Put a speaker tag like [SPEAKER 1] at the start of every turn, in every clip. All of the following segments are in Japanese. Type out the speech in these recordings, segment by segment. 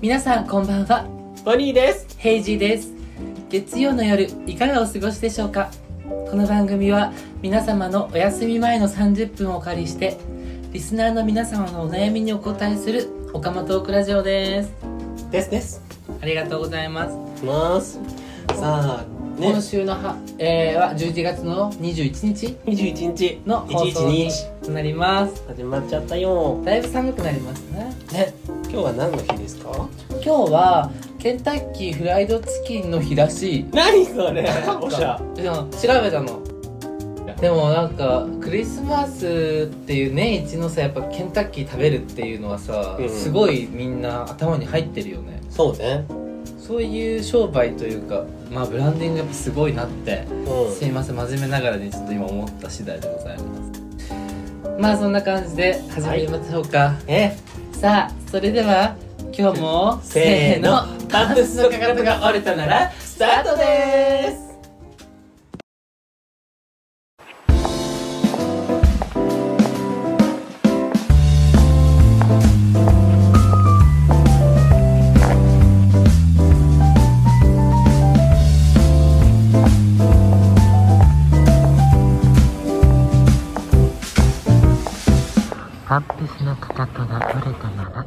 [SPEAKER 1] 皆さんこんばんは
[SPEAKER 2] ポニーです
[SPEAKER 1] ヘイジーです月曜の夜いかがお過ごしでしょうかこの番組は皆様のお休み前の30分をお借りしてリスナーの皆様のお悩みにお答えするオカマトークラジオです
[SPEAKER 2] ですです
[SPEAKER 1] ありがとうございます、
[SPEAKER 2] ますさあね
[SPEAKER 1] 今週のは、えーは11月の21日
[SPEAKER 2] 21日
[SPEAKER 1] の放送に
[SPEAKER 2] 112
[SPEAKER 1] なります
[SPEAKER 2] 始まっちゃったよ
[SPEAKER 1] だいぶ寒くなりますね
[SPEAKER 2] ね今日は何の日ですか
[SPEAKER 1] 今日はケンタッキーフライドチキンの日らしい
[SPEAKER 2] 何それおしゃ
[SPEAKER 1] でも調べたのでもなんかクリスマスっていう年一のさやっぱケンタッキー食べるっていうのはさ、
[SPEAKER 2] うん
[SPEAKER 1] すごいみんな頭に入ってるよね
[SPEAKER 2] そうね
[SPEAKER 1] そういう商売というかまあブランディングやっぱすごいなって、
[SPEAKER 2] うん
[SPEAKER 1] すいません真面目ながらにちょっと今思った次第でございますまあそんな感じで始めましょうか、
[SPEAKER 2] え
[SPEAKER 1] さあそれでは今日も
[SPEAKER 2] せーの
[SPEAKER 1] パンプスのかかとが折れたならスタートです
[SPEAKER 3] パンプスのかかとが取れたなら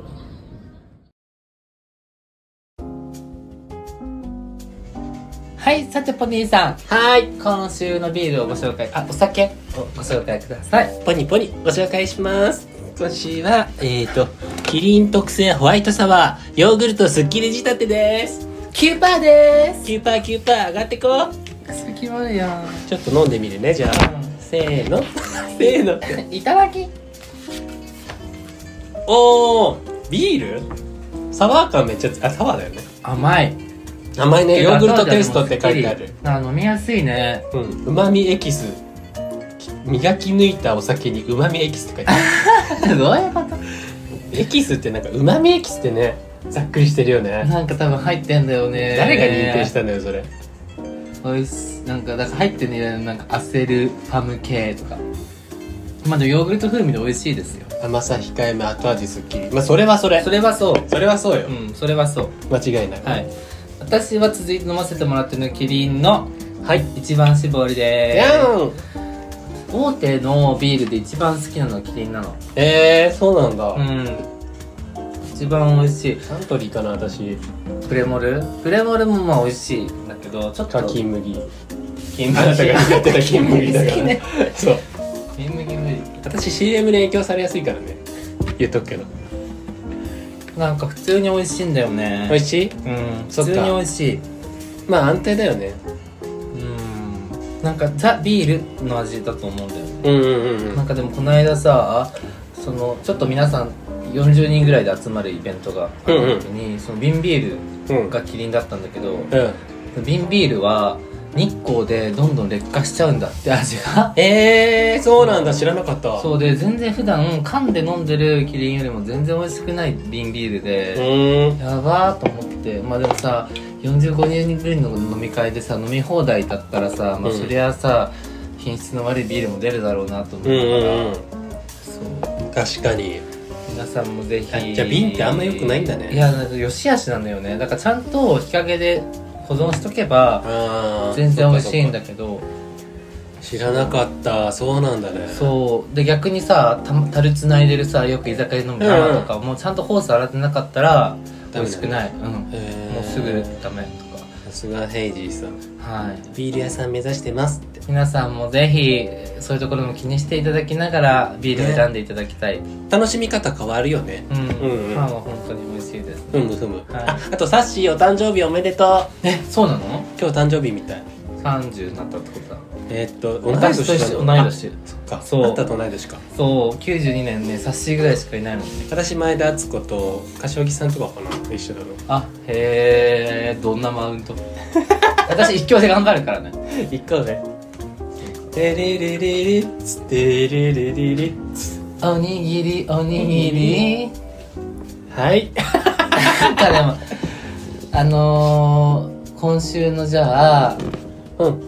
[SPEAKER 1] はいさてポニーさん
[SPEAKER 2] はい
[SPEAKER 1] 今週のビールをご紹介あお酒をご紹介ください
[SPEAKER 2] ポニポニご紹介します今週はえっ、ー、とキリン特製ホワイトサワーヨーグルトすっきり仕立てです
[SPEAKER 1] キューパーで
[SPEAKER 2] 9%パー9%パー上がってこ
[SPEAKER 1] す好きまるやん
[SPEAKER 2] ちょっと飲んでみるねじゃあ、
[SPEAKER 1] うん
[SPEAKER 2] せーの せーのって
[SPEAKER 1] いただき
[SPEAKER 2] おービールサワー感めっちゃつあサワーだよね
[SPEAKER 1] 甘い
[SPEAKER 2] 甘いねヨーグルトテイストって書いてある
[SPEAKER 1] あ飲みやすいね
[SPEAKER 2] うんうまみエキスき磨き抜いたお酒にうまみエキスって書いてあ る
[SPEAKER 1] どういうこと
[SPEAKER 2] エキスってなんかうまみエキスってねざっくりしてるよね
[SPEAKER 1] なんか多分入ってんだよね
[SPEAKER 2] 誰が認定したんだよそれ
[SPEAKER 1] おいしなんかなんか入ってねいろいろなんかアセルファム系とかまあでもヨーグルト風味で美味しいですよ
[SPEAKER 2] 甘さ控えめ後味すっきりまあそれはそれ
[SPEAKER 1] そ
[SPEAKER 2] それ
[SPEAKER 1] れはそう
[SPEAKER 2] はそうよ、
[SPEAKER 1] うんそれはそう
[SPEAKER 2] 間違いない、
[SPEAKER 1] はい私は続いて飲ませてもらってるのはキリンのはい一番搾り
[SPEAKER 2] いや
[SPEAKER 1] で
[SPEAKER 2] ん
[SPEAKER 1] す大手のビールで一番好きなのはキリンなの
[SPEAKER 2] えー、そうなんだ、
[SPEAKER 1] うん一番美味しい
[SPEAKER 2] サントリーかな私
[SPEAKER 1] プレモルプレモルもまあ美味しいんだけどちょっ
[SPEAKER 2] か
[SPEAKER 1] と
[SPEAKER 2] 金麦
[SPEAKER 1] 金
[SPEAKER 2] あなたが使ってた金麦だ か
[SPEAKER 1] 好き
[SPEAKER 2] ら、
[SPEAKER 1] ね
[SPEAKER 2] そう
[SPEAKER 1] 金麦無理
[SPEAKER 2] 私 CM に影響されやすいからね言っとくけど
[SPEAKER 1] なんか普通に美味しいんだよね
[SPEAKER 2] 美味しい
[SPEAKER 1] うん
[SPEAKER 2] そ
[SPEAKER 1] 普
[SPEAKER 2] っか
[SPEAKER 1] 通に美味しい
[SPEAKER 2] まあ安定だよね
[SPEAKER 1] うんなんかザ・ビールの味だと思うんだよね
[SPEAKER 2] うんうんう
[SPEAKER 1] なんかでもこの間さそのちょっと皆さん40人ぐらいで集まるイベントがあった時に、その瓶ビー
[SPEAKER 2] うん
[SPEAKER 1] ルがキリンだったんだけど
[SPEAKER 2] うん
[SPEAKER 1] 瓶ビールは日光でどんどん劣化しちゃうんだって味が
[SPEAKER 2] えー、そうなんだ知らなかった
[SPEAKER 1] そうで全然普段噛んで飲んでるキリンよりも全然美味しくない瓶ビール
[SPEAKER 2] う
[SPEAKER 1] で、
[SPEAKER 2] ーん
[SPEAKER 1] やばーと思ってまあでもさ45人いるの飲み会でさ飲み放題だったらさ、まあ、
[SPEAKER 2] うん
[SPEAKER 1] そりゃさ、品質の悪いビールも出るだろうなと思う
[SPEAKER 2] う
[SPEAKER 1] か
[SPEAKER 2] ん
[SPEAKER 1] ら、
[SPEAKER 2] うん
[SPEAKER 1] そう
[SPEAKER 2] うん確かに
[SPEAKER 1] 皆さんもぜ
[SPEAKER 2] あ
[SPEAKER 1] ひ
[SPEAKER 2] じゃあ瓶ってあんま良くないんだね
[SPEAKER 1] いやなんか良し悪しなんだよねだからちゃんと日陰で保存しとけば
[SPEAKER 2] あー
[SPEAKER 1] 全然美味しいんだ
[SPEAKER 2] そっか
[SPEAKER 1] けど
[SPEAKER 2] そっか知らなかったそうなんだね
[SPEAKER 1] そうで逆にさたタルツナ入れるさよく居酒屋で飲む
[SPEAKER 2] うんう
[SPEAKER 1] 生
[SPEAKER 2] ん
[SPEAKER 1] とか、もうちゃんとホース洗ってなかったら美
[SPEAKER 2] ダメだね
[SPEAKER 1] 味しくない、うん、も
[SPEAKER 2] へー
[SPEAKER 1] うすぐダメとか
[SPEAKER 2] さすがヘイジーさん
[SPEAKER 1] はい
[SPEAKER 2] ビール屋さん目指してますって
[SPEAKER 1] 皆さんもぜひそういうところも気にしていただきながらビールを選んでいただきたい、
[SPEAKER 2] 楽しみ方変わるよね
[SPEAKER 1] うん、
[SPEAKER 2] うんうん
[SPEAKER 1] パンは本当に美味しいです
[SPEAKER 2] ふむふむ、
[SPEAKER 1] はい
[SPEAKER 2] ああとサッシーお誕生日おめでとう
[SPEAKER 1] えそうなの
[SPEAKER 2] 今日誕生日みたい
[SPEAKER 1] ?30 になったってことだ
[SPEAKER 2] えーっと同い
[SPEAKER 1] 私
[SPEAKER 2] 年
[SPEAKER 1] と
[SPEAKER 2] だ
[SPEAKER 1] 一
[SPEAKER 2] ね
[SPEAKER 1] 緒同い年
[SPEAKER 2] そっか
[SPEAKER 1] そう
[SPEAKER 2] あなたと同い年か
[SPEAKER 1] そう92年ね冊子ぐらいしかいないもんね
[SPEAKER 2] 私前田敦子と柏木さんとかかな一緒だの
[SPEAKER 1] あへえどんなマウント私一強で頑張るからね
[SPEAKER 2] 一個でテレレレレッツテレレレレッツ
[SPEAKER 1] おにぎりおにぎり
[SPEAKER 2] はい
[SPEAKER 1] なんかでもあのー、今週のじゃあ
[SPEAKER 2] うん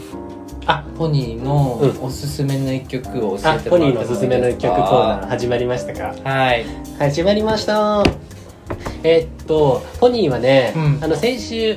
[SPEAKER 2] あ
[SPEAKER 1] ポニーの
[SPEAKER 2] うん
[SPEAKER 1] おすすめの一曲を教
[SPEAKER 2] あ
[SPEAKER 1] えてもらって
[SPEAKER 2] ポ
[SPEAKER 1] もい
[SPEAKER 2] ニ
[SPEAKER 1] い
[SPEAKER 2] ー
[SPEAKER 1] で
[SPEAKER 2] の
[SPEAKER 1] す
[SPEAKER 2] お
[SPEAKER 1] か
[SPEAKER 2] すすめの一曲コーナー始まりましたか
[SPEAKER 1] はい
[SPEAKER 2] 始まりましたえっとポニーはね、
[SPEAKER 1] うん
[SPEAKER 2] あの先週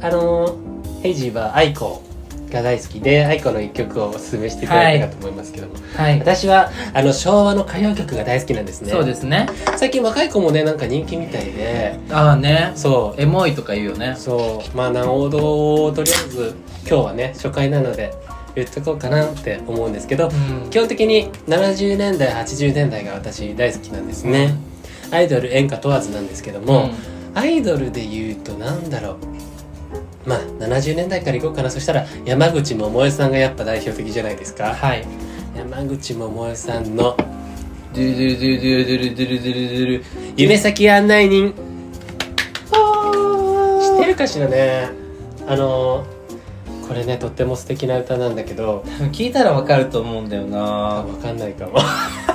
[SPEAKER 2] あのヘイジーはアイコが大好きでアイコの一曲をおすすめしてくれたかと思いますけども、
[SPEAKER 1] はい、
[SPEAKER 2] 私はあの昭和の歌謡曲が大好きなんですね
[SPEAKER 1] そうですね
[SPEAKER 2] 最近若い子もねなんか人気みたいで
[SPEAKER 1] ああね
[SPEAKER 2] そう
[SPEAKER 1] エモいとか言うよね
[SPEAKER 2] そうまあな王道をとりあえず今日はね初回なので言っとこうかなって思うんですけど、
[SPEAKER 1] うん
[SPEAKER 2] 基本的に70年代80年代が私大好きなんですね、アイドル演歌問わずなんですけども、アイドルで言うとなんだろうまあ70年代からいこうかなそしたら山口百恵さんがやっぱ代表的じゃないですか、
[SPEAKER 1] はい
[SPEAKER 2] 山口百恵さんの
[SPEAKER 1] ドゥルドゥルドゥルドゥルドゥルドゥルドゥル
[SPEAKER 2] 「夢先案内人」知ってるかしらねあのこれねとっても素敵な歌なんだけど
[SPEAKER 1] 聞いたらわかると思うんだよな
[SPEAKER 2] あ分かんないかも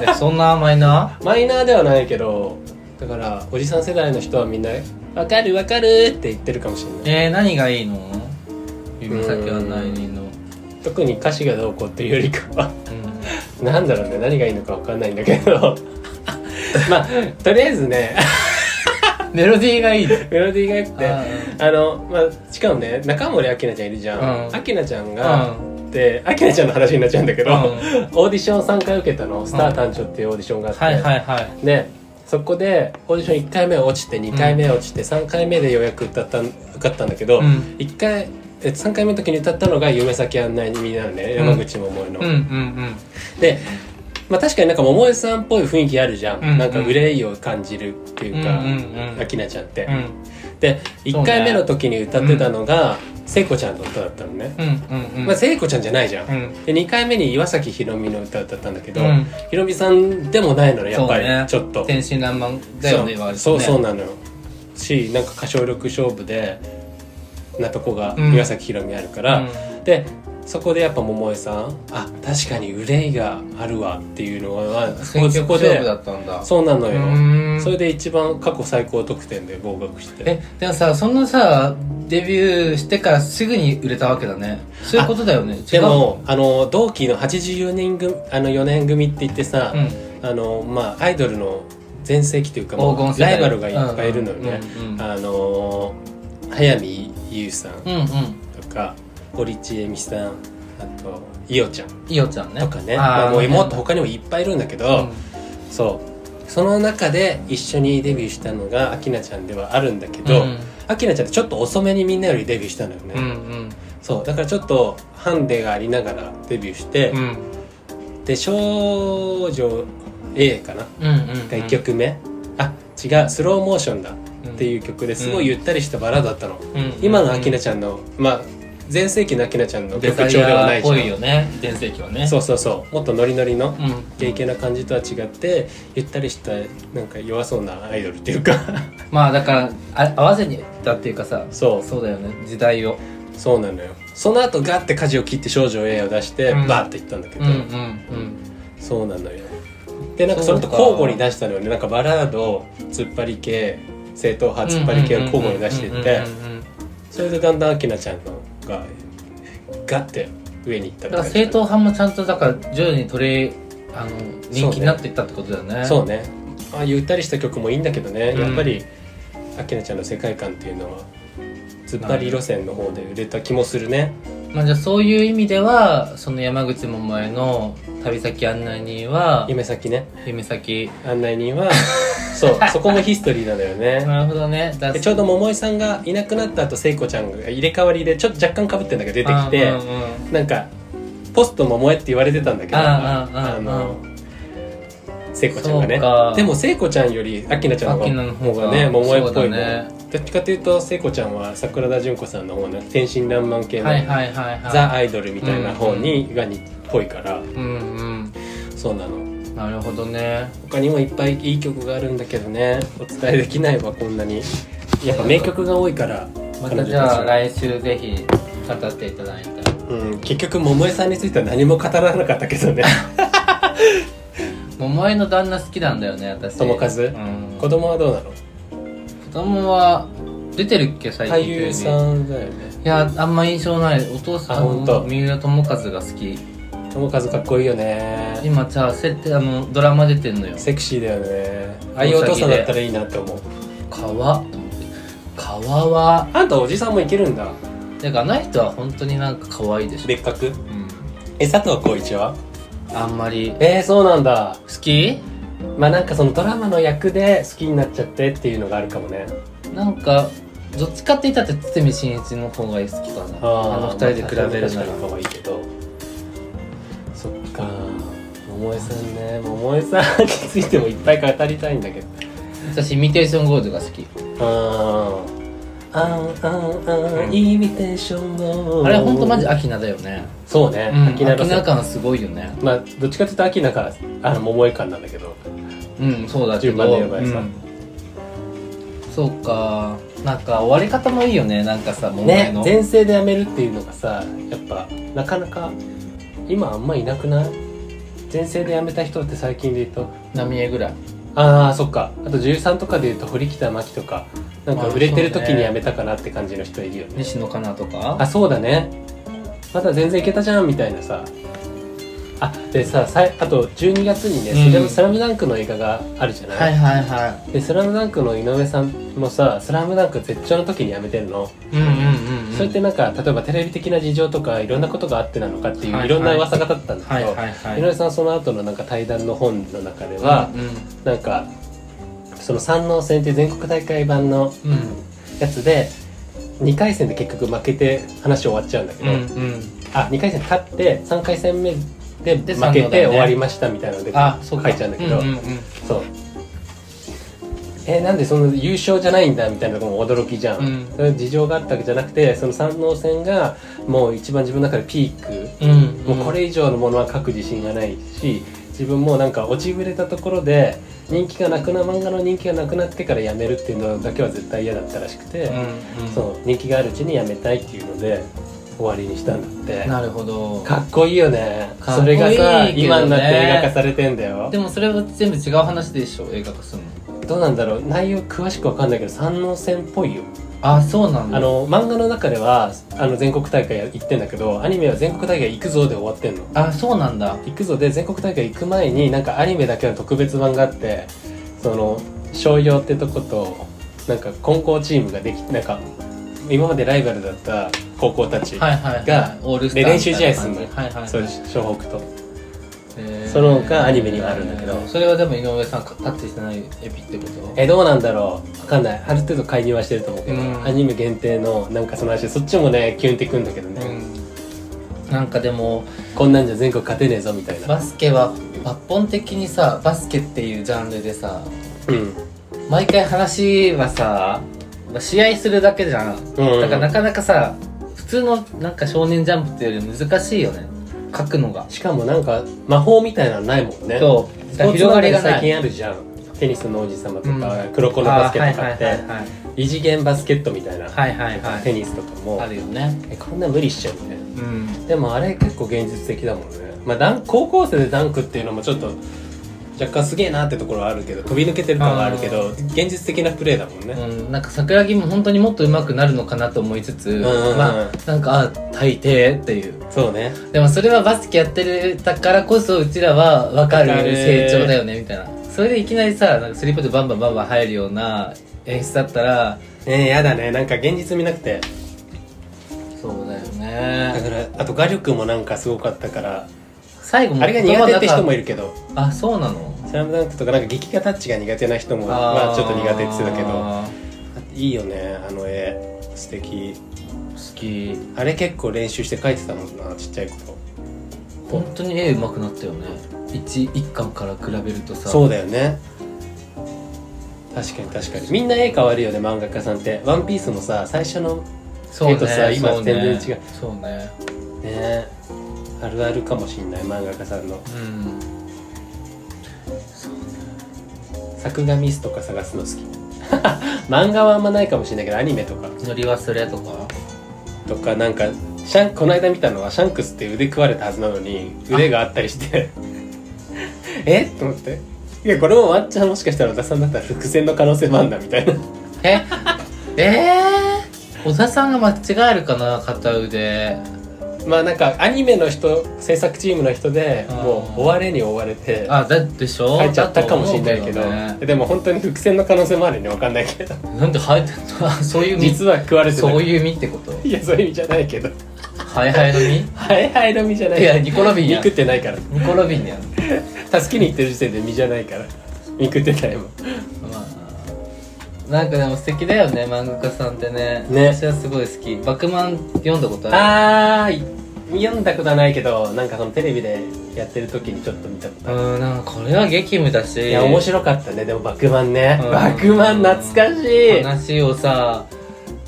[SPEAKER 1] えそんな甘いな
[SPEAKER 2] マイナーではないけどだからおじさん世代の人はみんな「わかるわかる」って言ってるかもしれない
[SPEAKER 1] えー、何がいいの指先はないの
[SPEAKER 2] 特に歌詞がどうこうっていうよりかは
[SPEAKER 1] うん
[SPEAKER 2] なんだろうね何がいいのか分かんないんだけど まあとりあえずね
[SPEAKER 1] メロディーがいいね
[SPEAKER 2] メロディーがよくて
[SPEAKER 1] あ
[SPEAKER 2] あの、まあ、しかもね中森明菜ちゃんいるじゃ
[SPEAKER 1] うん
[SPEAKER 2] ん明菜ちゃんが
[SPEAKER 1] ー
[SPEAKER 2] で明菜ちゃんの話になっちゃうんだけど、
[SPEAKER 1] うん
[SPEAKER 2] オーディション3回受けたのスター誕生っていうオーディションがあって、
[SPEAKER 1] はいはいはい
[SPEAKER 2] ねそこでオーディション1回目落ちて2回目落ちて3回目でようやく歌ったん受かったんだけど、
[SPEAKER 1] うん
[SPEAKER 2] 一回え3回目の時に歌ったのが「夢先案内人」なのね
[SPEAKER 1] うん
[SPEAKER 2] 山口百恵の。
[SPEAKER 1] うんうん
[SPEAKER 2] で、まあ、確かになんか百恵さんっぽい雰囲気あるじゃん、
[SPEAKER 1] うんうん
[SPEAKER 2] なんか憂いを感じるっていうか、
[SPEAKER 1] うんうんうん
[SPEAKER 2] 明菜ちゃんって。
[SPEAKER 1] うんうん
[SPEAKER 2] で1回目の時に歌ってたのが聖子ちゃんの歌だったのね、
[SPEAKER 1] うんうんうん
[SPEAKER 2] まあ、聖子ちゃんじゃないじゃん、
[SPEAKER 1] うん
[SPEAKER 2] で2回目に岩崎宏美の歌だったんだけど、
[SPEAKER 1] うん
[SPEAKER 2] ひろみさんでもないのねやっぱり、
[SPEAKER 1] そうね
[SPEAKER 2] ちょっと
[SPEAKER 1] 天真爛漫だよね割とね
[SPEAKER 2] そうそうそうなのよしなんか歌唱力勝負でなとこが
[SPEAKER 1] うん
[SPEAKER 2] 岩崎宏美あるから、でそこでやっぱ桃江さんあ確かに憂いがあるわっていうのはそ
[SPEAKER 1] 選
[SPEAKER 2] こ
[SPEAKER 1] 挙
[SPEAKER 2] そこ
[SPEAKER 1] 勝負だ
[SPEAKER 2] で
[SPEAKER 1] ったんだ
[SPEAKER 2] そうなの
[SPEAKER 1] うーん
[SPEAKER 2] よそれで一番過去最高得点で合格して
[SPEAKER 1] えでもさそんなさデビューしてからすぐに売れたわけだねそういうことだよね違う
[SPEAKER 2] でもあの同期の84人組あの4年組って言ってさ、
[SPEAKER 1] うん
[SPEAKER 2] あのまあアイドルの全盛期というかもう
[SPEAKER 1] 黄金世
[SPEAKER 2] ラ
[SPEAKER 1] 代
[SPEAKER 2] イバルがいっぱいいるのよね、
[SPEAKER 1] うんうん
[SPEAKER 2] あの早見優さん
[SPEAKER 1] うんうん
[SPEAKER 2] とか堀ちえみさんあといおちゃん
[SPEAKER 1] いよちゃんね
[SPEAKER 2] とかね
[SPEAKER 1] あー
[SPEAKER 2] まあ、もう
[SPEAKER 1] あの
[SPEAKER 2] もっと他にもいっぱいいるんだけど、そうその中で一緒にデビューしたのが明菜ちゃんではあるんだけど、
[SPEAKER 1] うん
[SPEAKER 2] アキ明菜ちゃんってちょっと遅めにみんなよりデビューしたのよね、
[SPEAKER 1] うんうん
[SPEAKER 2] そうだからちょっとハンデがありながらデビューして、
[SPEAKER 1] うん
[SPEAKER 2] で少女 A かな
[SPEAKER 1] うんうんうん
[SPEAKER 2] が1曲目、あ違うスローモーションだっていう曲ですごいゆったりしたバラードだったの、
[SPEAKER 1] うん
[SPEAKER 2] 今のアキナちゃんのまあ全盛期のアキナちゃんの曲調ではな
[SPEAKER 1] デザイアーっ
[SPEAKER 2] い
[SPEAKER 1] ぽい
[SPEAKER 2] じ
[SPEAKER 1] よね全盛期は
[SPEAKER 2] ゃ
[SPEAKER 1] ね
[SPEAKER 2] んそうそうそうもっとノリノリの
[SPEAKER 1] うん
[SPEAKER 2] イケイケな感じとは違ってゆったりしたなんか弱そうなアイドルっていう か
[SPEAKER 1] まあだからあ合わせにだっていうかさ
[SPEAKER 2] そう
[SPEAKER 1] そうだよね時代を
[SPEAKER 2] そうなのよその後ガッて舵を切って少女 A を出して、
[SPEAKER 1] うん
[SPEAKER 2] バーっていったんだ
[SPEAKER 1] う
[SPEAKER 2] けど、
[SPEAKER 1] んうん
[SPEAKER 2] そうなのよでなんかそ
[SPEAKER 1] そうか
[SPEAKER 2] れと交互に出したのよねなんかバラード突っ張り系正統派突っ張り系を交互に出していって
[SPEAKER 1] うんうんうんうん
[SPEAKER 2] それでだんだん明菜ちゃんのがガッて上に行った
[SPEAKER 1] だから
[SPEAKER 2] って感じ
[SPEAKER 1] 正統派もちゃんとだから徐々に取りあの人気になっていったってことだよね
[SPEAKER 2] そうねああゆったりした曲もいいんだけどね、
[SPEAKER 1] うん
[SPEAKER 2] やっぱり明菜ちゃんの世界観っていうのは突っ張り路線の方で売れた気もするね
[SPEAKER 1] まあ、じゃあそういう意味ではその山口百恵の旅先案内人は
[SPEAKER 2] 夢先ね
[SPEAKER 1] 夢先
[SPEAKER 2] 案内人は そうそこもヒストリーなの よね
[SPEAKER 1] なるほどねだ
[SPEAKER 2] でちょうど桃井さんがいなくなった後聖子ちゃんが入れ替わりでちょっと若干かぶってんだけど出てきて、
[SPEAKER 1] うんうんうん
[SPEAKER 2] なんかポスト桃江って言われてたんだけど
[SPEAKER 1] ああああ
[SPEAKER 2] の聖子ちゃんが
[SPEAKER 1] そ
[SPEAKER 2] ね
[SPEAKER 1] うか
[SPEAKER 2] でも聖子ちゃんより明菜ちゃんの
[SPEAKER 1] 明菜の方
[SPEAKER 2] 方
[SPEAKER 1] が
[SPEAKER 2] がね桃江っぽ
[SPEAKER 1] そ
[SPEAKER 2] いうも
[SPEAKER 1] だ
[SPEAKER 2] ん
[SPEAKER 1] ね
[SPEAKER 2] どっちかというと聖子ちゃんは桜田淳子さんの方の天真爛漫系の
[SPEAKER 1] はいはいはいはい
[SPEAKER 2] ザ・アイドルみたいな方にがにっぽいから
[SPEAKER 1] うん
[SPEAKER 2] そうなの
[SPEAKER 1] うんなるほどね
[SPEAKER 2] 他にもいっぱいいい曲があるんだけどねお伝えできないわこんなにやっぱ名曲が多いから
[SPEAKER 1] ま
[SPEAKER 2] 彼
[SPEAKER 1] た
[SPEAKER 2] 女
[SPEAKER 1] じゃあ
[SPEAKER 2] たちは
[SPEAKER 1] 来週ぜひ語っていただいたら
[SPEAKER 2] うん結局桃江さんについては何も語らなかったけど ね
[SPEAKER 1] 桃江の旦那好きなんだよね私
[SPEAKER 2] 友
[SPEAKER 1] う
[SPEAKER 2] 和
[SPEAKER 1] ん
[SPEAKER 2] 子
[SPEAKER 1] 子
[SPEAKER 2] 供はどうなの
[SPEAKER 1] 供は出てるっけ最近
[SPEAKER 2] 俳優
[SPEAKER 1] 急に
[SPEAKER 2] さんだよね
[SPEAKER 1] いやあんま印象ないお父さ
[SPEAKER 2] あほ
[SPEAKER 1] ん
[SPEAKER 2] んと
[SPEAKER 1] 三浦友和が好き
[SPEAKER 2] 友和かっこいいよね
[SPEAKER 1] 今じゃあ設定あのドラマ出てんのよ
[SPEAKER 2] セクシーだよね
[SPEAKER 1] ん
[SPEAKER 2] ああいうお父さんだったらいいなって思う
[SPEAKER 1] 川川は
[SPEAKER 2] あんたおじさんもいけるんだ
[SPEAKER 1] てかあの人は本当になんか可愛いでしょ、
[SPEAKER 2] 別格
[SPEAKER 1] うん、
[SPEAKER 2] え佐藤浩市は
[SPEAKER 1] あんまり
[SPEAKER 2] えー、そうなんだ
[SPEAKER 1] 好き
[SPEAKER 2] まあなんかそのドラマの役で好きになっちゃってっていうのがあるかもね
[SPEAKER 1] なんかどっちかって言ったって堤真一の方が好きかなあの二人で比べるなら、
[SPEAKER 2] 方がいいけどそっか桃江さんね桃江さんについてもいっぱい語りたいんだけど
[SPEAKER 1] 私イミテーションゴールドが好き
[SPEAKER 2] あーあーあーあーイミテーションの
[SPEAKER 1] あれほんとマジアキナだよね
[SPEAKER 2] そうね、
[SPEAKER 1] うんア
[SPEAKER 2] 秋
[SPEAKER 1] キ
[SPEAKER 2] 菜の
[SPEAKER 1] ナ感すごいよね
[SPEAKER 2] まあどっちかっていうと秋菜からあの桃江間なんだけど
[SPEAKER 1] うんそうだけ
[SPEAKER 2] 順
[SPEAKER 1] ど
[SPEAKER 2] 番で呼ばれてた
[SPEAKER 1] うんそうかなんか終わり方もいいよねなんかさもう前
[SPEAKER 2] ね
[SPEAKER 1] の、
[SPEAKER 2] 前世で辞めるっていうのがさやっぱなかなか今あんまいなくない前世で辞めた人って最近で言うと
[SPEAKER 1] 浪江ぐらい
[SPEAKER 2] ああそっかあと13とかで言うと堀北真希とかなんか
[SPEAKER 1] まあ
[SPEAKER 2] 売れてる時
[SPEAKER 1] そう
[SPEAKER 2] に
[SPEAKER 1] ね
[SPEAKER 2] 辞めたかなって感じの人いるよね
[SPEAKER 1] 西野カナと
[SPEAKER 2] あ
[SPEAKER 1] か
[SPEAKER 2] そうだねまだ全然いけたじゃんみたいなさあでささいあと12月にね「
[SPEAKER 1] うん
[SPEAKER 2] スラムダンクの映画があるじゃない、
[SPEAKER 1] はいはいは
[SPEAKER 2] で「スラムダンクの井上さんもさ「スラムダンク絶頂の時に辞めてるの、
[SPEAKER 1] いうんうんうん、うん、
[SPEAKER 2] それってなんか例えばテレビ的な事情とかいろんなことがあってなのかっていう、
[SPEAKER 1] はいい
[SPEAKER 2] ろんな噂が立ってたんだけど、
[SPEAKER 1] はいはいはい
[SPEAKER 2] 井上さんはその後のなんか対談の本の中では、なんかその三能戦っていう全国大会版の
[SPEAKER 1] うん
[SPEAKER 2] やつで2回戦で結局負けて話終わっちゃうんだけ
[SPEAKER 1] うん
[SPEAKER 2] ど、
[SPEAKER 1] うんうん
[SPEAKER 2] あ2回戦勝って3回戦目で
[SPEAKER 1] で
[SPEAKER 2] 負け
[SPEAKER 1] 三能だ
[SPEAKER 2] て
[SPEAKER 1] よね
[SPEAKER 2] 終わりましたみたいなので
[SPEAKER 1] あ
[SPEAKER 2] 書
[SPEAKER 1] そ
[SPEAKER 2] いうち
[SPEAKER 1] か
[SPEAKER 2] ゃうんだけど、
[SPEAKER 1] うんうんうん
[SPEAKER 2] そうえなんでその優勝じゃないんだみたいなのも驚きじゃん、
[SPEAKER 1] うん
[SPEAKER 2] そういう事情があったわけじゃなくてその三能戦がもう一番自分の中でピーク
[SPEAKER 1] うん
[SPEAKER 2] もうこれ以上のものは書く自信がないし自分もなんか落ちぶれたところで人気がなくな漫画の人気がなくなってからやめるっていうのだけは絶対嫌だったらしくて、
[SPEAKER 1] うんうん
[SPEAKER 2] そう人気があるうちにやめたいっていうので終わりにしたんだって
[SPEAKER 1] なるほど
[SPEAKER 2] かっこいいよね
[SPEAKER 1] かっ
[SPEAKER 2] そ
[SPEAKER 1] こい
[SPEAKER 2] れ
[SPEAKER 1] い
[SPEAKER 2] がさ
[SPEAKER 1] けどね
[SPEAKER 2] 今になって映画化されてんだよ
[SPEAKER 1] でもそれは全部違う話でしょ映画化するの
[SPEAKER 2] どうなんだろう内容詳しくわかんないけど三能線っぽいよ
[SPEAKER 1] あそうなんだ
[SPEAKER 2] あの漫画の中ではあの全国大会行ってんだけどアニメは全国大会行くぞで終わってんの
[SPEAKER 1] あそうなんだ
[SPEAKER 2] 行くぞで全国大会行く前になんかアニメだけの特別版があってその商用ってとことなんか混合チームができなんか今までライバルだった高校たち、
[SPEAKER 1] はいはいはい
[SPEAKER 2] が
[SPEAKER 1] オールスター
[SPEAKER 2] で練習試合するのよ
[SPEAKER 1] みたいな感じ
[SPEAKER 2] そ
[SPEAKER 1] は
[SPEAKER 2] う
[SPEAKER 1] いはいはい
[SPEAKER 2] 湘北と
[SPEAKER 1] へー
[SPEAKER 2] その他アニメにはあるんだけど
[SPEAKER 1] それはでも井上さんタッチしてないエピってこと
[SPEAKER 2] えどうなんだろうわかんないある程度介入はしてると思うけど、
[SPEAKER 1] うん
[SPEAKER 2] アニメ限定のなんかその話そっちもねキュンってくんだけどね、
[SPEAKER 1] うんなんかでも
[SPEAKER 2] こんなんじゃ全国勝てねえぞみたいな
[SPEAKER 1] バスケは抜本的にさバスケっていうジャンルでさ
[SPEAKER 2] うん
[SPEAKER 1] 毎回話はさまあ試合するだけじゃん、
[SPEAKER 2] うん
[SPEAKER 1] だからなかなかさ普通のなんか少年ジャンプっていうより難しいよね書くのが
[SPEAKER 2] しかもなんか魔法みたいなのないもんね
[SPEAKER 1] そう
[SPEAKER 2] スポーツ
[SPEAKER 1] 広がり
[SPEAKER 2] 漫
[SPEAKER 1] が
[SPEAKER 2] 画で最
[SPEAKER 1] ない
[SPEAKER 2] 近あるじゃんテニスの王子様とか、
[SPEAKER 1] うん
[SPEAKER 2] 黒子のバスケとかって、
[SPEAKER 1] あーはい
[SPEAKER 2] 異次元バスケットみたいな、
[SPEAKER 1] はいはいはいはいはい
[SPEAKER 2] テニスとかも
[SPEAKER 1] あるよね
[SPEAKER 2] えこんな無理しちゃうみたいな
[SPEAKER 1] うん
[SPEAKER 2] でもあれ結構現実的だもんね、まあ、ダン高校生でダンクっていうのもちょっと若干すげえなってところはあるけど飛び抜けてる感はあるけど現実的なプレーだもんね、
[SPEAKER 1] うん、なんか桜木も本当にもっと上手くなるのかなと思いつつ、
[SPEAKER 2] んうんうん
[SPEAKER 1] まあなんかあ大抵っていう
[SPEAKER 2] そうね
[SPEAKER 1] でもそれはバスケやってるだからこそうちらは分かる
[SPEAKER 2] わかる
[SPEAKER 1] 成長だよねみたいなそれでいきなりさなんかスリーポイントバンバンバンバン入るような演出だったら
[SPEAKER 2] えー、やだねなんか現実見なくて
[SPEAKER 1] そうだよ
[SPEAKER 2] だ
[SPEAKER 1] ね
[SPEAKER 2] からあと画力もなんかすごかったから
[SPEAKER 1] 最後も
[SPEAKER 2] あれが苦手って人もい
[SPEAKER 1] る
[SPEAKER 2] るけど
[SPEAKER 1] あそうなの
[SPEAKER 2] 「スラムダンクとかなんか劇画タッチが苦手な人もまあちょっと苦手って言ってたけど
[SPEAKER 1] あ
[SPEAKER 2] いいよねあの絵素敵
[SPEAKER 1] ー好き
[SPEAKER 2] あれ結構練習して描いてたもんなちっちゃい頃
[SPEAKER 1] 本当に絵上手くなったよね一一巻から比べるとさ
[SPEAKER 2] そうだよね確かに確かにみんな絵変わるよね漫画家さんって「ワンピースもさ最初の
[SPEAKER 1] そう
[SPEAKER 2] 絵とさ今
[SPEAKER 1] そうね
[SPEAKER 2] 全然違う
[SPEAKER 1] そうね
[SPEAKER 2] ねあるあるかもしんない漫画家さんの
[SPEAKER 1] うん
[SPEAKER 2] 作画ミスとか探すの好き 漫画はあんまないかもしんないけどアニメとか
[SPEAKER 1] 乗り忘れとか
[SPEAKER 2] とかなんかシャンこの間見たのはシャンクスって腕食われたはずなのに腕があったりして えと思っていやこれもワンチャンもしかしたら小田さんだったら伏線の可能性もあんだみたい な
[SPEAKER 1] ええー、小田さんが間違えるかな片腕
[SPEAKER 2] まあなんかアニメの人制作チームの人で
[SPEAKER 4] あー
[SPEAKER 2] もう追われに追われて
[SPEAKER 4] あだでしょ
[SPEAKER 2] 入っちゃったかもしれないけど
[SPEAKER 4] だと思うけね
[SPEAKER 2] でも本当に伏線の可能性もあるねわかんないけど
[SPEAKER 4] なんで入ってんの そういう実
[SPEAKER 2] 実は食われてた
[SPEAKER 4] そういう実ってこと
[SPEAKER 2] いやそういう意味じゃないけど
[SPEAKER 4] ハイハイの実
[SPEAKER 2] ハイハイの実じゃない
[SPEAKER 4] いやニコラビン
[SPEAKER 2] 見
[SPEAKER 4] や
[SPEAKER 2] 食ってないから
[SPEAKER 4] ニコラビンやん
[SPEAKER 2] 助けに行ってる時点で実じゃない から見食ってないもん
[SPEAKER 1] まあなんかでも素敵だよね漫画家さんってね
[SPEAKER 2] ね
[SPEAKER 1] 私はすごい好き「バクマン」読んだことある
[SPEAKER 2] あー読んだことはないけどなんかそのテレビでやってる時にちょっと見たことある
[SPEAKER 1] うんなんかこれは激務だし
[SPEAKER 2] いや面白かったねでも「バクマンね」
[SPEAKER 1] うん
[SPEAKER 2] バクマン懐かしい
[SPEAKER 1] 話をさ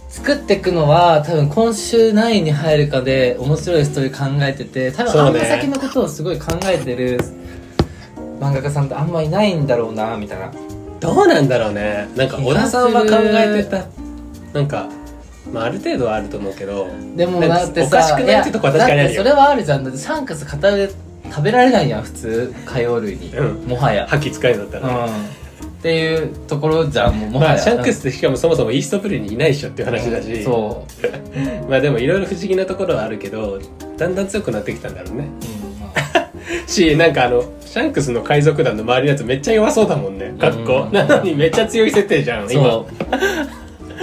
[SPEAKER 1] 作っていくのは多分今週何位に入るかで面白いストーリー考えてて多分
[SPEAKER 2] そ
[SPEAKER 1] あ
[SPEAKER 2] うんね
[SPEAKER 1] ま先のことをすごい考えてる漫画家さんってあんまいないんだろうなみたいな
[SPEAKER 2] どうなんだろうねなんか小田さんは考えてたなんか、まあ、ある程度はあると思うけど
[SPEAKER 1] でも
[SPEAKER 2] なんか
[SPEAKER 1] だってさ
[SPEAKER 2] おかしくないってとこは確かにあ
[SPEAKER 1] いやだっ
[SPEAKER 2] る
[SPEAKER 1] て
[SPEAKER 2] よ
[SPEAKER 1] それはあるじゃんだってサンカス片手で食べられないやん普通火曜類に、
[SPEAKER 2] うん
[SPEAKER 1] もはや
[SPEAKER 2] 吐き使いだった
[SPEAKER 1] う
[SPEAKER 2] ら、
[SPEAKER 1] んっていうところじゃんもうもは
[SPEAKER 2] ま
[SPEAKER 1] や、
[SPEAKER 2] あシャンクスってしかもそもそもイーストブルーにいないでしょっていう話だし、
[SPEAKER 1] うんそ
[SPEAKER 2] まあでもいろいろ不思議なところはあるけどだんだん強くなってきたんだろうね
[SPEAKER 1] う、うんまあ
[SPEAKER 2] しなんかあのシャンクスの海賊団の周りのやつめっちゃ弱そうだもんねかっこ
[SPEAKER 1] うん
[SPEAKER 2] なのにめっちゃ強い設定じゃん今
[SPEAKER 1] そ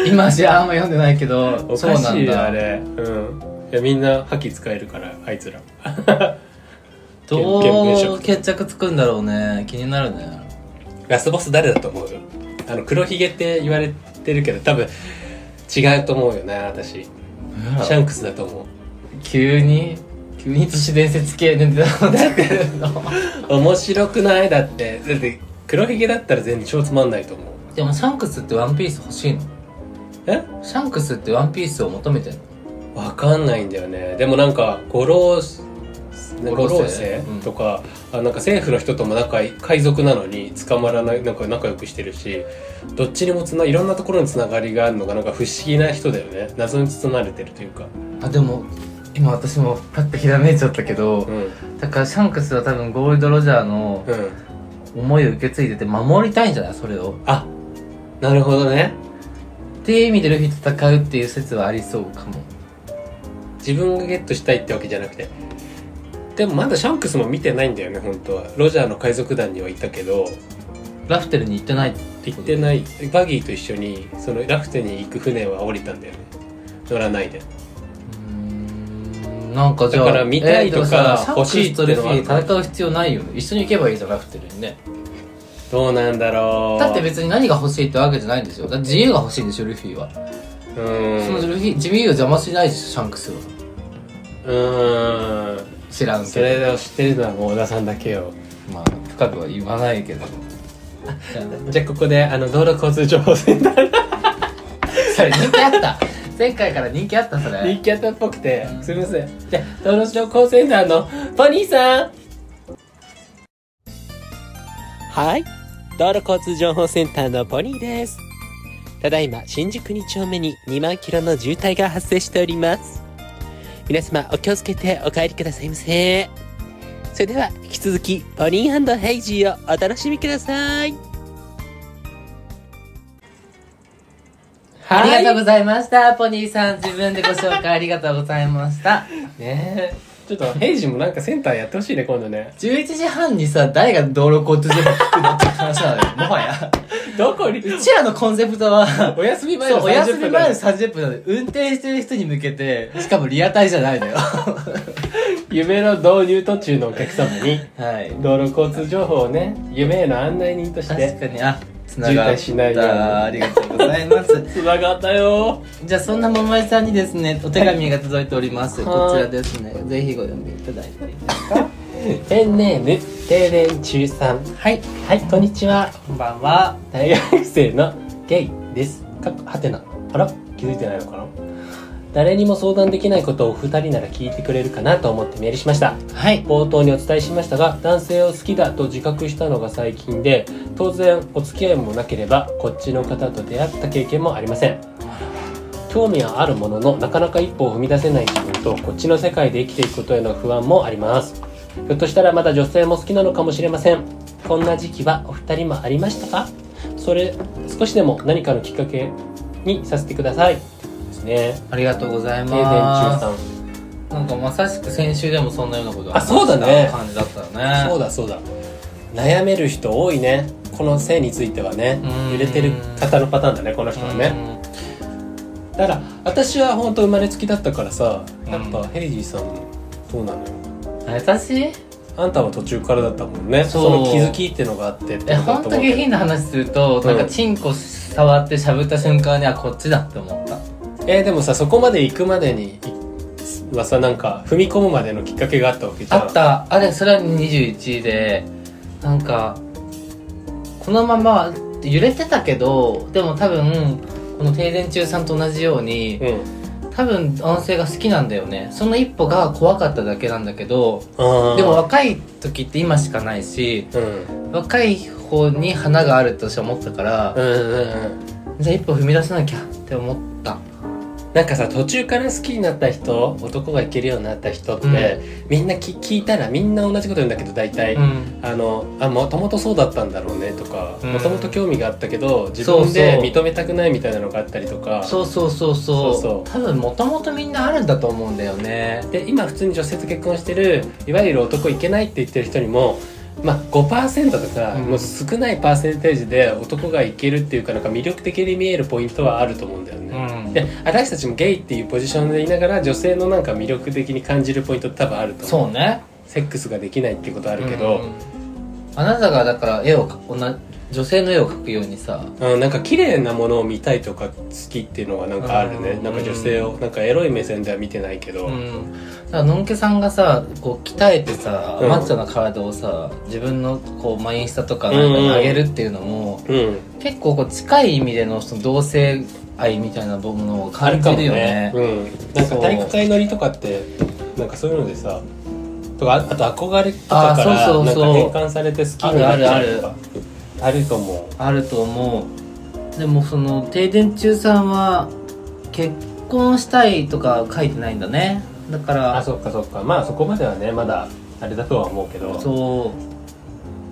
[SPEAKER 1] う今じゃあんま読んでないけど
[SPEAKER 2] お
[SPEAKER 1] そう
[SPEAKER 2] か
[SPEAKER 1] な
[SPEAKER 2] し
[SPEAKER 1] ん
[SPEAKER 2] いよ
[SPEAKER 1] だ
[SPEAKER 2] あれうんいやみんな覇気使えるからあいつら見
[SPEAKER 1] ど
[SPEAKER 2] 色
[SPEAKER 1] う決着つくんだろうね気になるね
[SPEAKER 2] ラスボス誰だと思うあの黒ひげって言われてるけど多分違うと思うよな私シャンクスだと思う
[SPEAKER 1] 急に急に都市伝説系で出たのだってるの
[SPEAKER 2] 面白くないだってだって黒ひげだったら全然超つまんないと思う
[SPEAKER 1] でもシャンクスってワンピース欲しいの
[SPEAKER 2] え
[SPEAKER 1] シャンクスってワンピースを求めてるの
[SPEAKER 2] わかんないんだよねでもなんか五老
[SPEAKER 1] 五老
[SPEAKER 2] 五老
[SPEAKER 1] 星
[SPEAKER 2] 星
[SPEAKER 1] うん
[SPEAKER 2] とか、あなんか政府の人とも仲いい海賊なのに捕まらないなんか仲良くしてるしどっちにもつないろんなところにつながりがあるのがなんか不思議な人だよね謎に包まれてるというか、
[SPEAKER 1] あでも今私もパッとひらめいちゃったけど、
[SPEAKER 2] うんうん、
[SPEAKER 1] だからシャンクスは多分ゴールド・ロジャーの思いを受け継いでて守りたいんじゃないそれを
[SPEAKER 2] あなるほどね
[SPEAKER 1] っていう意味でルフィと戦うっていう説はありそうかも
[SPEAKER 2] 自分がゲットしたいってわけじゃなくてでもまだシャンクスも見てないんだよね本当はロジャーの海賊団にはいたけど
[SPEAKER 1] ラフテルに行ってない
[SPEAKER 2] 行ってないバギーと一緒にそのラフテに行く船は降りたんだよね乗らないで
[SPEAKER 1] うんなんかじゃあ
[SPEAKER 2] だから見たいとか
[SPEAKER 1] えーでもさ
[SPEAKER 2] 欲しいって
[SPEAKER 1] シャンクスと
[SPEAKER 2] のはあ
[SPEAKER 1] ル
[SPEAKER 2] る
[SPEAKER 1] フィ戦う必要ないよね一緒に行けばいいじゃんラフテルにね
[SPEAKER 2] どうなんだろう
[SPEAKER 1] だって別に何が欲しいってわけじゃないんですよだって自由が欲しいんでしょルフィは、
[SPEAKER 2] うー
[SPEAKER 1] その
[SPEAKER 2] ん
[SPEAKER 1] ルフィ自由を邪魔しないでしょシャンクスは
[SPEAKER 2] うーん
[SPEAKER 1] 知らん
[SPEAKER 2] そ
[SPEAKER 1] け
[SPEAKER 2] れを知ってるのはもう小田さんだけよ
[SPEAKER 1] どまあ深くは言わないけど
[SPEAKER 2] じゃあここであの道路交通情報センター
[SPEAKER 1] それ人気あった前回から人気あったそれ
[SPEAKER 2] 人気あったっぽくてすみませんじゃあ道路情報センターのポニーさんはい道路交通情報センターのポニーですただいま新宿2丁目に2万キロの渋滞が発生しております皆様お気をつけてお帰りくださいませそれでは引き続きポニーヘイジーをお楽しみください
[SPEAKER 1] ありがとう
[SPEAKER 2] う
[SPEAKER 1] ございましたポニーさん自分でご紹介ありがとうございました
[SPEAKER 2] ねえちょっとヘイジーもなんかセンターやってほしいね今度ね
[SPEAKER 1] 11時半にさ誰が道路交通情報聞くのって話なのよもはや
[SPEAKER 2] どこに
[SPEAKER 1] うちらのコンセプトは
[SPEAKER 2] お休み前
[SPEAKER 1] そ
[SPEAKER 2] の
[SPEAKER 1] うお休
[SPEAKER 2] 30
[SPEAKER 1] み
[SPEAKER 2] 分
[SPEAKER 1] 前
[SPEAKER 2] だ
[SPEAKER 1] の30分なので運転してる人に向けてしかもリアタイじゃないのよ
[SPEAKER 2] 夢の導入途中のお客様に
[SPEAKER 1] はい
[SPEAKER 2] 道路交通情報をね夢への案内人とし
[SPEAKER 1] 確
[SPEAKER 2] て
[SPEAKER 1] かにあつながった
[SPEAKER 2] 渋滞しないように
[SPEAKER 1] ありがとうございます
[SPEAKER 2] つながったよ
[SPEAKER 1] じゃあそんな桃井さんにですねお手紙が届いております、
[SPEAKER 2] は
[SPEAKER 1] こ
[SPEAKER 2] い
[SPEAKER 1] ちらですねぜひご読んでいただいて
[SPEAKER 2] ペンネーム定年中さん
[SPEAKER 1] はい
[SPEAKER 2] はいこんにちは
[SPEAKER 1] こんばんは
[SPEAKER 2] 大学生のゲイですかっこはてなあら気づいてないのかな誰にも相談できないことをお二人なら聞いてくれるかなと思ってメールしました
[SPEAKER 1] はい
[SPEAKER 2] 冒頭にお伝えしましたが男性を好きだと自覚したのが最近で当然お付き合いもなければこっちの方と出会った経験もありません興味はあるもののなかなか一歩を踏み出せない自分とこっちの世界で生きていくことへの不安もありますひょっとしたらまだ女性も好きなのかもしれませんこんな時期はお二人もありましたかそれ少しでも何かのきっかけにさせてくださいですね
[SPEAKER 1] ありがとうござい
[SPEAKER 2] 停電中
[SPEAKER 1] ま
[SPEAKER 2] さん
[SPEAKER 1] なんかまさしく先週でもそんなようなことが
[SPEAKER 2] あそうだね
[SPEAKER 1] 感じだったよね
[SPEAKER 2] そうだそうだ悩める人多いねこの性についてはね
[SPEAKER 1] うん
[SPEAKER 2] 揺れてる方のパターンだねこの人はねだから私は本当生まれつきだったからさやっ
[SPEAKER 1] う
[SPEAKER 2] ぱ
[SPEAKER 1] ん
[SPEAKER 2] ヘイジーさんそうなのよ
[SPEAKER 1] うん私
[SPEAKER 2] あんたは途中からだったもんねそ
[SPEAKER 1] そう
[SPEAKER 2] の気づきってのがあってってこと
[SPEAKER 1] え
[SPEAKER 2] だと思
[SPEAKER 1] 本当
[SPEAKER 2] うけど
[SPEAKER 1] 下品な話すると、
[SPEAKER 2] うん
[SPEAKER 1] なんかチンコ触ってしゃぶった瞬間にあこっちだって思った
[SPEAKER 2] えーでもさそこまで行くまでにいはさなんか踏み込むまでのきっかけがあったわけじゃ
[SPEAKER 1] あ
[SPEAKER 2] ん
[SPEAKER 1] ったあれそれは21でなんかこのまま揺れてたけどでも多分この停電中さんと同じように
[SPEAKER 2] うん
[SPEAKER 1] 多分男性が好きなんだよねその一歩が怖かっただけなんだけど
[SPEAKER 2] あー
[SPEAKER 1] でも若い時って今しかないし
[SPEAKER 2] うん
[SPEAKER 1] 若い方に花があると私は思ったから
[SPEAKER 2] うんうんうん
[SPEAKER 1] じゃあ一歩踏み出さなきゃって思った
[SPEAKER 2] なんかさ途中から好きになった人男がいけるようになった人って、
[SPEAKER 1] うん
[SPEAKER 2] みんなき聞いたらみんな同じこと言うんだけど大体、
[SPEAKER 1] うん
[SPEAKER 2] あのあもともとそうだったんだろうねとか
[SPEAKER 1] うん
[SPEAKER 2] もともと興味があったけど自分で
[SPEAKER 1] そうそ
[SPEAKER 2] 認めたくないみたいなのがあったりとか
[SPEAKER 1] そうそうそうそう
[SPEAKER 2] そうそう
[SPEAKER 1] 多分もともとみんなあるんだと思うんだよね
[SPEAKER 2] で今普通に女性と結婚してるいわゆる男いけないって言ってる人にも、まあ、5%とか、
[SPEAKER 1] うん
[SPEAKER 2] もう少ないパーセンテージで男がいけるっていうかなんか魅力的に見えるポイントはあると思うんだよ
[SPEAKER 1] う
[SPEAKER 2] ね。
[SPEAKER 1] ん
[SPEAKER 2] で私たちもゲイっていうポジションでいながら女性のなんか魅力的に感じるポイントって多分あると思う
[SPEAKER 1] そうね
[SPEAKER 2] セックスができないってことあ
[SPEAKER 1] あ
[SPEAKER 2] るけど、
[SPEAKER 1] あなたがだから絵を描く女女性の絵を描くようにさ
[SPEAKER 2] うん、なんか綺麗なものを見たいとか好きっていうのはなんかあるね
[SPEAKER 1] うん
[SPEAKER 2] なんか女性をなんかエロい目線では見てないけど、
[SPEAKER 1] うんだからのんけさんがさこう鍛えてさ、
[SPEAKER 2] うん
[SPEAKER 1] マッチョな体をさ自分のこう、まあ、インスタとかなんかに上げるっていうのも、
[SPEAKER 2] うん、
[SPEAKER 1] 結構こう近い意味でのその同性愛みたいなものを
[SPEAKER 2] ある
[SPEAKER 1] 感じ
[SPEAKER 2] かも
[SPEAKER 1] るよね
[SPEAKER 2] ね。うん、なんか体育会乗りとかってなんかそういうのでさとかああと憧れとかから
[SPEAKER 1] あそうそうそう
[SPEAKER 2] なんか転換されて好きになっちゃうとか
[SPEAKER 1] あるある
[SPEAKER 2] あると思
[SPEAKER 1] あると思うでもその停電中さんは結婚したいとか書いてないんだねだか
[SPEAKER 2] うあ
[SPEAKER 1] ら
[SPEAKER 2] そっかそっかまあそこまではねまだあれだとは思うけど
[SPEAKER 1] そ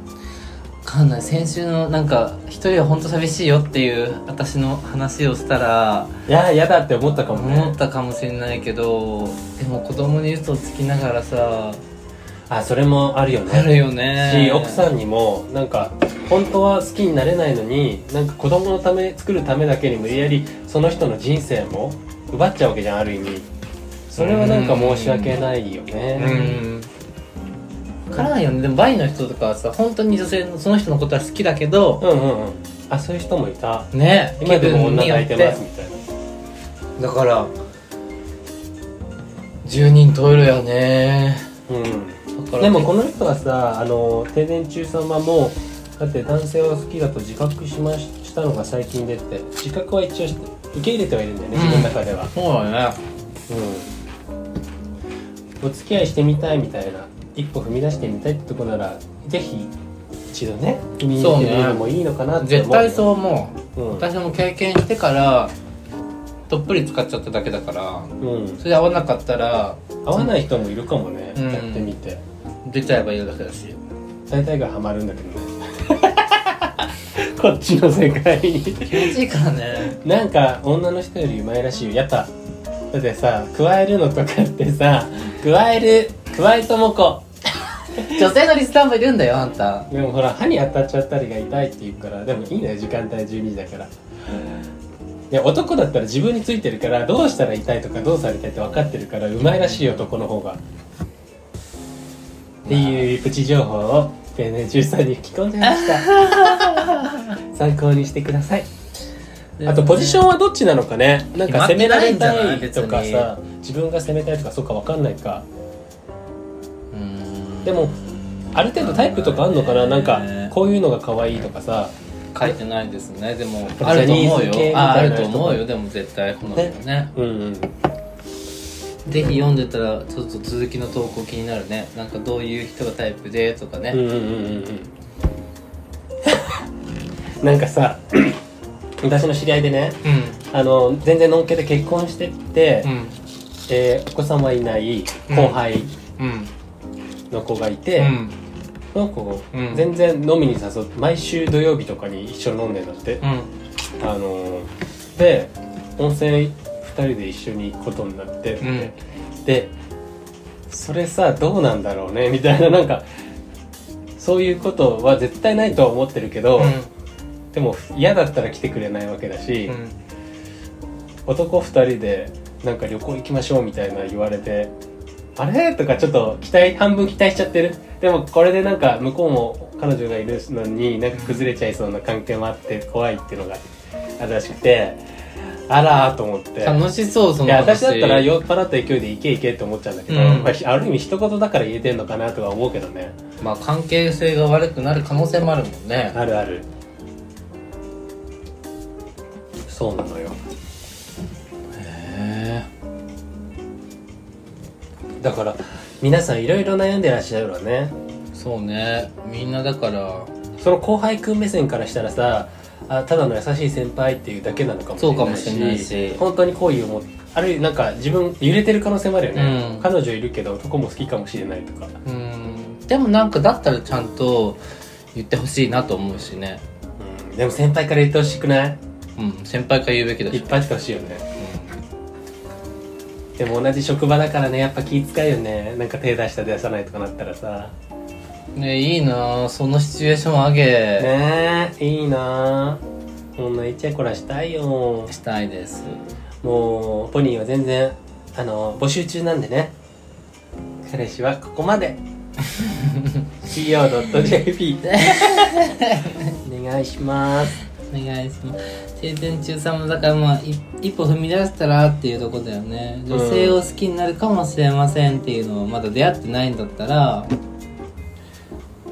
[SPEAKER 1] うわかんない先週のなんか一人は本当寂しいよっていう私の話をしたら
[SPEAKER 2] いや嫌だって思ったかも
[SPEAKER 1] 思
[SPEAKER 2] ね
[SPEAKER 1] ったかもしれないけどでも子供に嘘をつきながらさ
[SPEAKER 2] あそれもあるよね
[SPEAKER 1] あるよね
[SPEAKER 2] し奥さ
[SPEAKER 1] ん
[SPEAKER 2] んにもなんか本当は好きになれないのになんか子供のため作るためだけに無理やりその人の人生も奪っちゃうわけじゃんある意味それはなんか申し訳ないよね
[SPEAKER 1] うんわからないよねでもバイの人とかはさ本当に女性のその人のことは好きだけど
[SPEAKER 2] うんうんうんあそういう人もいた
[SPEAKER 1] ね
[SPEAKER 2] 今でも女
[SPEAKER 1] 気分
[SPEAKER 2] 抱い
[SPEAKER 1] によ
[SPEAKER 2] て
[SPEAKER 1] っ
[SPEAKER 2] ますみたいな
[SPEAKER 1] だから十人十色やね
[SPEAKER 2] うん
[SPEAKER 1] だから
[SPEAKER 2] でもこの人はさあの停電中様もだって男性は好きだと自覚しまししたのが最近でって自覚は一応して受け入れてはいるんだよね
[SPEAKER 1] うん
[SPEAKER 2] 自分の中では、
[SPEAKER 1] そうだね
[SPEAKER 2] お付き合いしてみたいみたいな一歩踏み出してみたいってとこならぜひ一度ね踏み入れてみるのもいいのかなって
[SPEAKER 1] 絶
[SPEAKER 2] 思うよ
[SPEAKER 1] 対そう思う、
[SPEAKER 2] うん
[SPEAKER 1] 私も経験してからどっぷり使っちゃっただけだから
[SPEAKER 2] うん
[SPEAKER 1] それで合わなかったら
[SPEAKER 2] 合わない人もいるかもね、
[SPEAKER 1] うん
[SPEAKER 2] やってみて
[SPEAKER 1] 出ちゃえばいいだけだし
[SPEAKER 2] 大体がハマるんだけどね こっちの世界に
[SPEAKER 1] 気持ちいいからね
[SPEAKER 2] なんか女の人よりうまいらしいよやっただってさ加えるのとかってさ加える加えともこ
[SPEAKER 1] 女性のリスナーもいるんだよあんた
[SPEAKER 2] でもほら歯に当たっちゃったりが痛いって言うからでもいいのよ時間帯12時だからで男だったら自分についてるからどうしたら痛いとかどうされたいって分かってるからうまいらしいよ男の方がっていうプチ情報を定年中さんに吹き込んじゃいました参考にしてくださいあとポジションはどっちなのかねなんか攻められたいと
[SPEAKER 1] 決ま
[SPEAKER 2] か
[SPEAKER 1] っ
[SPEAKER 2] さ自分が攻めたいとかそうか分かんないか
[SPEAKER 1] うん
[SPEAKER 2] でもある程度タイプとかあんのかななんかこういうのが可愛いとかさ
[SPEAKER 1] 書いてないですねでも
[SPEAKER 2] ジ
[SPEAKER 1] あ
[SPEAKER 2] ャ
[SPEAKER 1] ると
[SPEAKER 2] ニーズ
[SPEAKER 1] 思うよ
[SPEAKER 2] 系みたいな
[SPEAKER 1] あある
[SPEAKER 2] 人
[SPEAKER 1] と思うよでも絶対この人ね
[SPEAKER 2] うんうん
[SPEAKER 1] ぜひ読んでたらちょっと続きの投稿気になるねなんかどういう人がタイプでとかね、
[SPEAKER 2] うんうんうんうんうん なんかさ 私の知り合いでね
[SPEAKER 1] うん
[SPEAKER 2] あの全然のんけで結婚してって、
[SPEAKER 1] うん
[SPEAKER 2] えーお子さんはいない後輩
[SPEAKER 1] うん
[SPEAKER 2] の子がいうて、
[SPEAKER 1] ん
[SPEAKER 2] その子、
[SPEAKER 1] うん
[SPEAKER 2] 全然飲みに誘って毎週土曜日とかに一緒に飲んでんだって、
[SPEAKER 1] うん
[SPEAKER 2] あのーで温泉2人で一緒に行くことになって、
[SPEAKER 1] うん
[SPEAKER 2] でそれさどうなんだろうねみたいななんかそういうことは絶対ないとは思ってるけど、でも嫌だったら来てくれないわけだし、
[SPEAKER 1] うん
[SPEAKER 2] 男2人でなんか旅行行きましょうみたいな言われてあれとかちょっと期待半分期待しちゃってるでもこれでなんか向こうも彼女がいるのになんか崩れちゃいそうな関係もあって怖いっていうのがあるらしくてあらーと思って。
[SPEAKER 1] 楽しそうそ
[SPEAKER 2] い
[SPEAKER 1] の
[SPEAKER 2] や
[SPEAKER 1] 話
[SPEAKER 2] 私だったら酔っ払った勢いで行け行けって思っちゃうんだけど、
[SPEAKER 1] うん
[SPEAKER 2] まあ、ひある意味一言だから言えてんのかなとか思うけどね
[SPEAKER 1] まあ関係性が悪くなる可能性もあるもんね
[SPEAKER 2] あるあるそうなのよ
[SPEAKER 1] へ
[SPEAKER 2] だから皆さんいろいろ悩んでらっしゃるわね
[SPEAKER 1] えそうねみんなだから
[SPEAKER 2] その後輩くん目線からしたらさあただの優しい先輩っていうだけなのかもしれないし
[SPEAKER 1] そうかもしれないし
[SPEAKER 2] 本当に好意を持ってあるいはなんか自分揺れてる可能性もあるよね、
[SPEAKER 1] うん
[SPEAKER 2] 彼女いるけど男も好きかもしれないとか、
[SPEAKER 1] うんでもなんかだったらちゃんと言ってほしいなと思うしね
[SPEAKER 2] うん、でも先輩から言ってほしくない
[SPEAKER 1] うん先輩から言うべきだ
[SPEAKER 2] い
[SPEAKER 1] し
[SPEAKER 2] っ、ぱいあってほしいよねでも同じ職場だからねやっぱ気遣いよねなんか手出した出さないとかなったらさ
[SPEAKER 1] うん、ねいいなあそのシチュエーション上げ、
[SPEAKER 2] ねえいいなぁこんないちゃこらしたいよ
[SPEAKER 1] したいです
[SPEAKER 2] もうポニーは全然あの募集中なんでね彼氏はここ まで co.jp お願いします
[SPEAKER 1] お願いします停電中さんもだからまあい一歩踏み出したらっていうとこだよね女性を好きになるかもしれませんっていうのをまだ出会ってないんだったら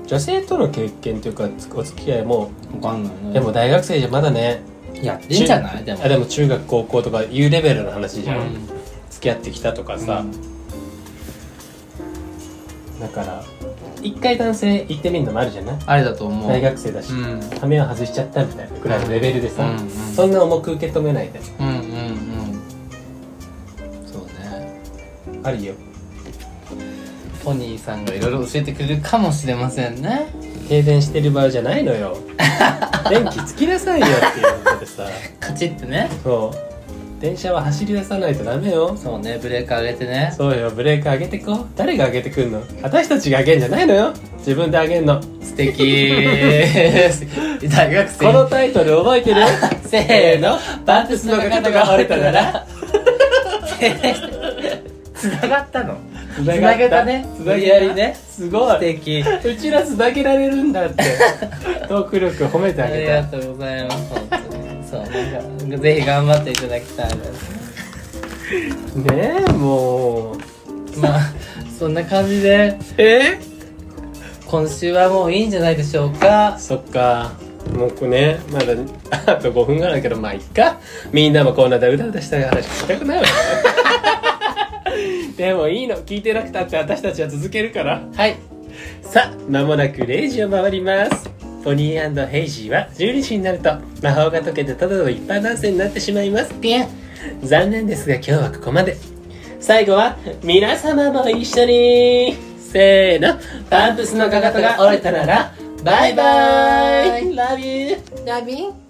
[SPEAKER 2] 女性との経験というかお付き合いも、
[SPEAKER 1] 分かんないね
[SPEAKER 2] でも大学生じゃまだね
[SPEAKER 1] やってんじゃないでも
[SPEAKER 2] あでも中学高校とかいうレベルの話じゃん、
[SPEAKER 1] うん
[SPEAKER 2] 付き合ってきたとかさ、だから一回男性行ってみるのもあるじゃない
[SPEAKER 1] あれだと思う
[SPEAKER 2] 大学生だし、
[SPEAKER 1] うんうん
[SPEAKER 2] 羽目を外しちゃったみたいなぐらいのレベルでさ、
[SPEAKER 1] うんうん
[SPEAKER 2] そんな重く受け止めないで
[SPEAKER 1] うんうんそうね
[SPEAKER 2] あるよ
[SPEAKER 1] ポニーさんがいろいろ教えてくれるかもしれませんね
[SPEAKER 2] 停電してる場合じゃないの よ電気つきなさいよっていうことでさ
[SPEAKER 1] カチッてね
[SPEAKER 2] そう電車は走り出さないとダメよ
[SPEAKER 1] そうねブレーカー上げてね
[SPEAKER 2] そうよブレーカー上げてこ誰が上げてくんの私たちが上げんじゃないのよ自分で上げんの
[SPEAKER 1] 素敵 大学生
[SPEAKER 2] このタイトル覚えてる
[SPEAKER 1] せーの
[SPEAKER 2] バンプスのかかとが折れたなら
[SPEAKER 1] つながったの
[SPEAKER 2] つ
[SPEAKER 1] つなげたね
[SPEAKER 2] つな
[SPEAKER 1] 無理
[SPEAKER 2] げ
[SPEAKER 1] や
[SPEAKER 2] た
[SPEAKER 1] りね
[SPEAKER 2] すご
[SPEAKER 1] 素
[SPEAKER 2] い
[SPEAKER 1] 敵
[SPEAKER 2] うちらつなげられるんだって トーク力褒めてあ
[SPEAKER 1] あり
[SPEAKER 2] げた
[SPEAKER 1] がとうございます本当にそうなんかぜひ頑張っていただきたいです
[SPEAKER 2] ねえもう
[SPEAKER 1] まあそんな感じで
[SPEAKER 2] え
[SPEAKER 1] 今週はもういいんじゃないでしょうか
[SPEAKER 2] そっかもうこれねまだあと5分ぐらいだけどまあいっかみんなもこんなだうだうだした話したくないわよでもいいの聞いてなくたって私たちは続けるから
[SPEAKER 1] はい
[SPEAKER 2] さあ間もなく0時を回りますポニーヘイジーは12時になると魔法が解けてただの一般男性になってしまいますピエン残念ですが今日はここまで最後は皆様も一緒にせーのパンプスのかかとが折れたならバイバイ Love you!
[SPEAKER 1] Love you